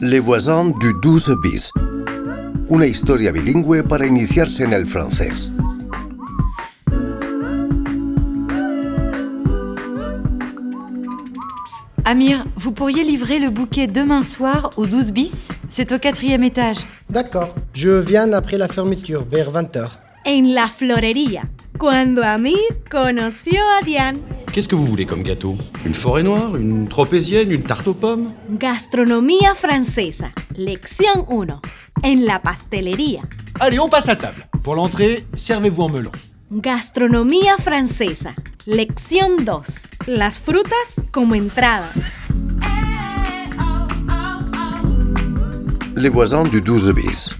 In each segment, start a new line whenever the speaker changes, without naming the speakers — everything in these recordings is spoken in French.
Les voisins du 12 bis. Una historia bilingüe para iniciarse en el francés.
Amir, vous pourriez livrer le bouquet demain soir au 12 bis C'est au quatrième étage.
D'accord, je viens après la fermeture, vers 20h.
en la florería, cuando Amir conoció a Diane.
Qu'est-ce que vous voulez comme gâteau Une forêt noire Une tropézienne Une tarte aux pommes
Gastronomía francesa, lección 1. En la pastelería.
Allez, on passe à table. Pour l'entrée, servez-vous en melon.
Gastronomía francesa, lección 2. Las frutas como entrada.
Les voisins du 12 bis.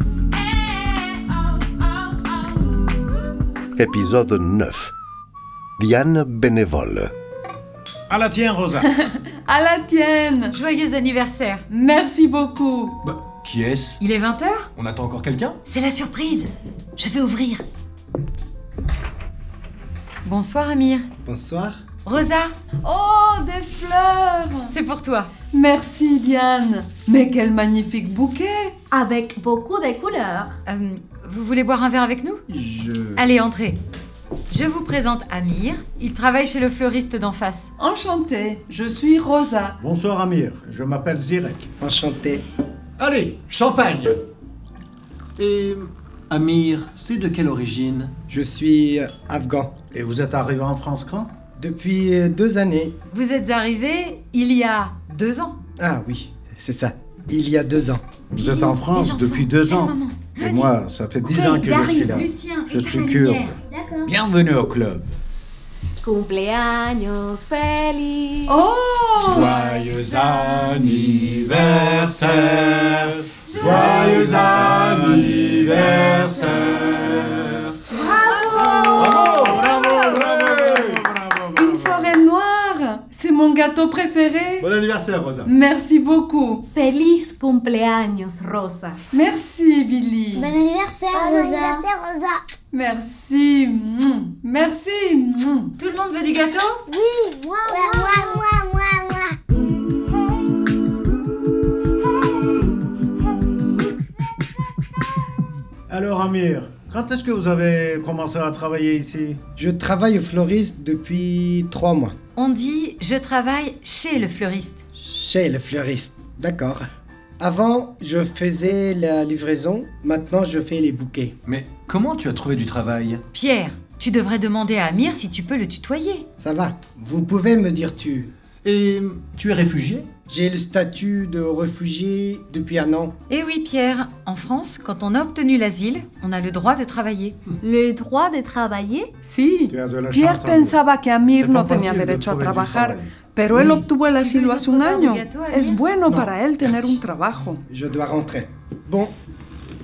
Épisode 9. Diane Bénévole.
À la tienne, Rosa.
À la tienne Joyeux anniversaire Merci beaucoup
Bah, qui est-ce
Il est 20h
On attend encore quelqu'un
C'est la surprise Je vais ouvrir. Bonsoir Amir.
Bonsoir.
Rosa Oh, des fleurs C'est pour toi. Merci Diane. Mais quel magnifique bouquet
Avec beaucoup de couleurs.
Euh, vous voulez boire un verre avec nous
Je.
Allez, entrez. Je vous présente Amir. Il travaille chez le fleuriste d'en face.
Enchantée, je suis Rosa.
Bonsoir, Amir. Je m'appelle Zirek.
Enchanté.
Allez, champagne Et. Amir, c'est de quelle origine
Je suis euh, afghan.
Et vous êtes arrivé en France quand
Depuis euh, deux années.
Vous êtes arrivé il y a deux ans.
Ah oui, c'est ça. Il y a deux ans.
Vous êtes en France depuis deux ans. Et moi, ça fait dix ans que je suis là. Je suis kurde. Bienvenue au club.
Cumpleaños feliz.
Oh
Joyeux anniversaire
Joyeux
anniversaire
Oh,
Bravo Bravo
Une forêt noire C'est mon gâteau préféré
Bon anniversaire, Rosa
Merci beaucoup
Feliz cumpleaños, Rosa.
Merci Billy Merci mouah. Merci mouah.
Tout le monde veut du gâteau
Alors, Amir, quand est-ce que vous avez commencé à travailler ici
Je travaille au fleuriste depuis trois mois.
On dit je travaille chez le fleuriste.
Chez le fleuriste. D'accord. Avant, je faisais la livraison. Maintenant, je fais les bouquets.
Mais comment tu as trouvé du travail
Pierre, tu devrais demander à Amir si tu peux le tutoyer.
Ça va. Vous pouvez me dire tu.
Et tu es réfugié
J'ai le statut de réfugié depuis un an.
Eh oui, Pierre, en France, quand on a obtenu l'asile, on a le droit de travailler.
Le droit de travailler
Sí,
Tu as de la
Pierre
chance. Amir.
pensaba que Amir
C'est
no
pas
tenía
facile de
derecho a
trouver du
trabajar,
travail.
pero él obtuvo el asilo hace un
Otorga
año.
obligatoria.
Es bueno para él tener
Merci.
un trabajo.
Je dois rentrer. Bon.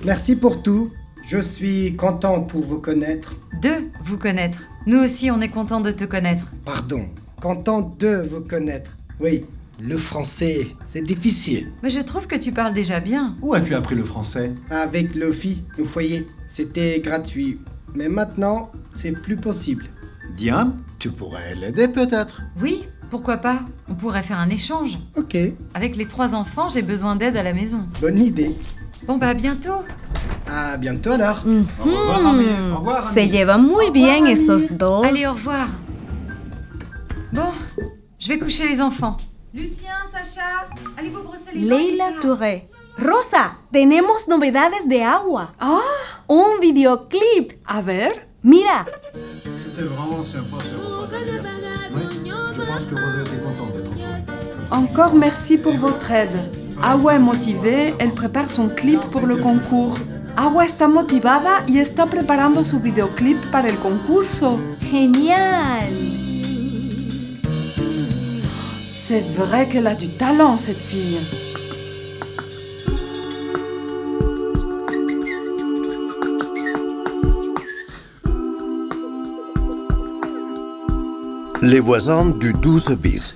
Merci pour tout. Je suis content pour vous connaître.
De vous connaître. Nous aussi, on est content de te connaître.
Pardon. Content de vous connaître. Oui. Le français, c'est difficile.
Mais je trouve que tu parles déjà bien.
Où as-tu appris le français
Avec Lofi, au foyer, c'était gratuit. Mais maintenant, c'est plus possible.
Diane, tu pourrais l'aider peut-être.
Oui, pourquoi pas On pourrait faire un échange.
Ok.
Avec les trois enfants, j'ai besoin d'aide à la maison.
Bonne idée.
Bon bah à bientôt.
À bientôt alors.
Au revoir, Amir Au revoir,
Se
Amir
llevan muy bien esos dos.
Allez, au revoir. Bon, je vais coucher les enfants. Lucien, Sacha, allez vous brosser
Leila Touré. Rosa, tenemos novedades de agua.
Ah.
Un videoclip.
A ver,
Mira,
C'était vraiment sympa ce repas d'anniversaire.
Je pense que Rosa était contente d'être
encore merci pour votre aide. Agua est motivée, elle prépare son clip pour le concours. Agua está motivada y está preparando su videoclip para el concurso.
genial.
C'est vrai qu'elle a du talent, cette fille.
Les voisins du 12 bis.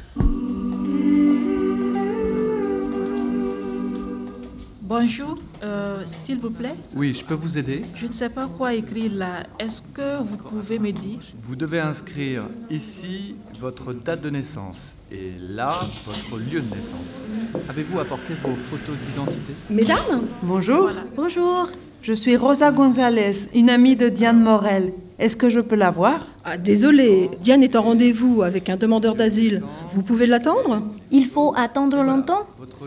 Bonjour, Euh, S'il vous plaît,
Oui, je peux vous aider.
je ne sais pas quoi écrire là. Est-ce que vous pouvez me dire
Vous devez inscrire ici votre date de naissance et là votre lieu de naissance. Avez-vous apporté vos photos d'identité
Mesdames Bonjour.
Bonjour.
Je suis Rosa González, une amie de Diane Morel. Est-ce que je peux la voir
Ah, désolé, Diane est en rendez-vous avec un demandeur d'asile. Vous pouvez l'attendre
Il faut attendre longtemps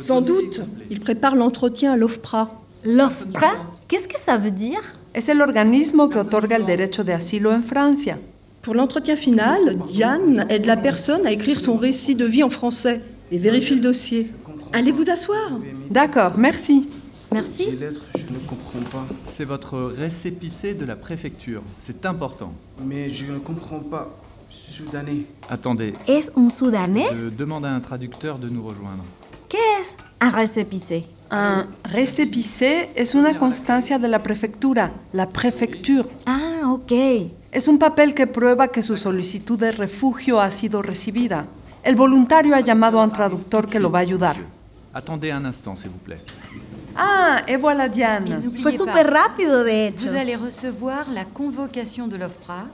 Sans doute. Il prépare l'entretien à l'OFPRA.
L'OFPRA Qu'est-ce que ça veut dire
Es el organismo que otorga el derecho de asilo en Francia.
Pour l'entretien final, Diane aide la personne à écrire son récit de vie en français et vérifie le dossier. Allez vous asseoir.
D'accord, merci.
Merci.
lettres, je ne comprends pas.
C'est votre récépissé de la préfecture. C'est important.
Mais je ne comprends pas. Soudanais.
Attendez,
¿Es un sudanés
je demande à un traducteur de nous rejoindre.
¿Qué es un récépissé
Un récépissé es una constancia de la prefectura, la prefectura.
Ah, ok.
Es un papel que prueba que su solicitud de refugio ha sido recibida. El voluntario ha llamado a un traductor que lo va a ayudar.
Attendez un instant, s'il vous plaît.
Ah, et voilà Diane.
Fue súper rápido, de hecho.
Vous allez recevoir la convocation de l'OFPRA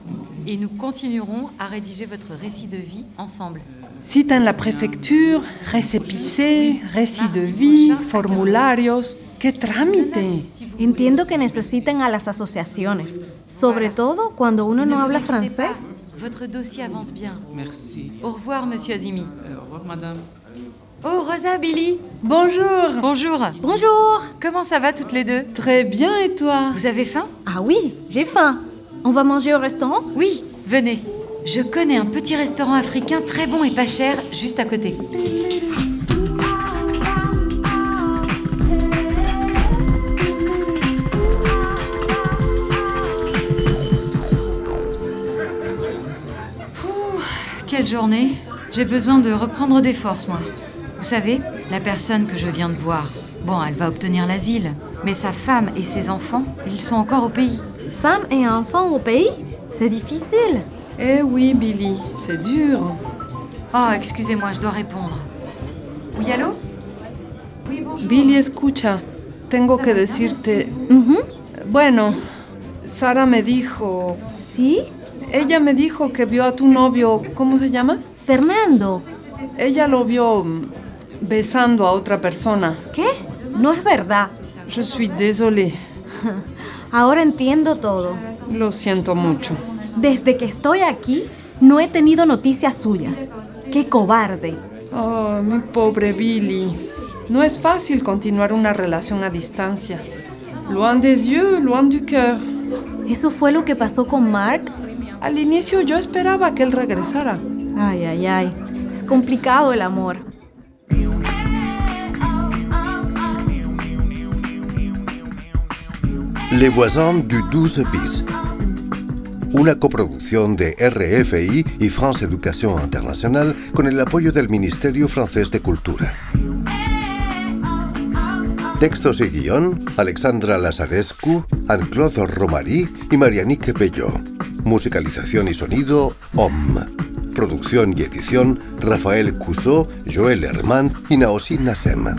et nous continuerons à rédiger votre récit de vie ensemble.
Cite en la préfecture, récépissé, récit de vie, formularios. ¡Qué trámite!
Entiendo que necesitan a las asociaciones, sobre todo cuando uno no
Ne vous
habla
inquiétez
francés.
pas, Votre dossier avance bien.
Merci. Euh,
Au revoir, monsieur Azimi.
au revoir, madame.
Oh, Rosa, Billy.
Bonjour.
Bonjour.
Bonjour.
Comment ça va toutes les deux
Très bien et toi
Vous avez faim
Ah oui, j'ai faim. On va manger au restaurant
Oui, venez. Je connais un petit restaurant africain très bon et pas cher, juste à côté. Pouh, Quelle journée J'ai besoin de reprendre des forces, moi. Vous savez, la personne que je viens de voir, bon, elle va obtenir l'asile, mais sa femme et ses enfants, ils sont encore au pays.
Femme et enfant au pays C'est difficile.
Eh oui, Billy, c'est dur.
Oh, excusez-moi, je dois répondre. Oui, allô Oui, bonjour.
Billy, escucha, tengo que decirte.
Ujú.
Bueno, Sara me dijo.
¿Sí?
Ella me dijo que vio a tu novio, ¿cómo se llama?
Fernando.
Ella lo vio mm, besando a otra persona.
¿Qué? No es verdad.
Je suis désolée,
Ahora entiendo todo.
lo siento mucho.
Desde que estoy aquí, no he tenido noticias suyas. ¡Qué cobarde!
Oh, mi pobre Billy. No es fácil continuar una relación a distancia. Loin des yeux, loin du cœur.
¿Eso fue lo que pasó con Mark?
Al inicio yo esperaba que él regresara.
Ay, ay, ay. Es complicado el amor.
Les Voisins du 12 bis. Una coproducción de RFI y France Education Internacional con el apoyo del Ministerio Francés de Cultura. Textos y guión, Alexandra Lazarescu, Anne-Claude Romary y Marianique Bello. Musicalización y sonido, OM. Producción y edición, Rafael Cusó, Joel Herman y Naosin Nassem.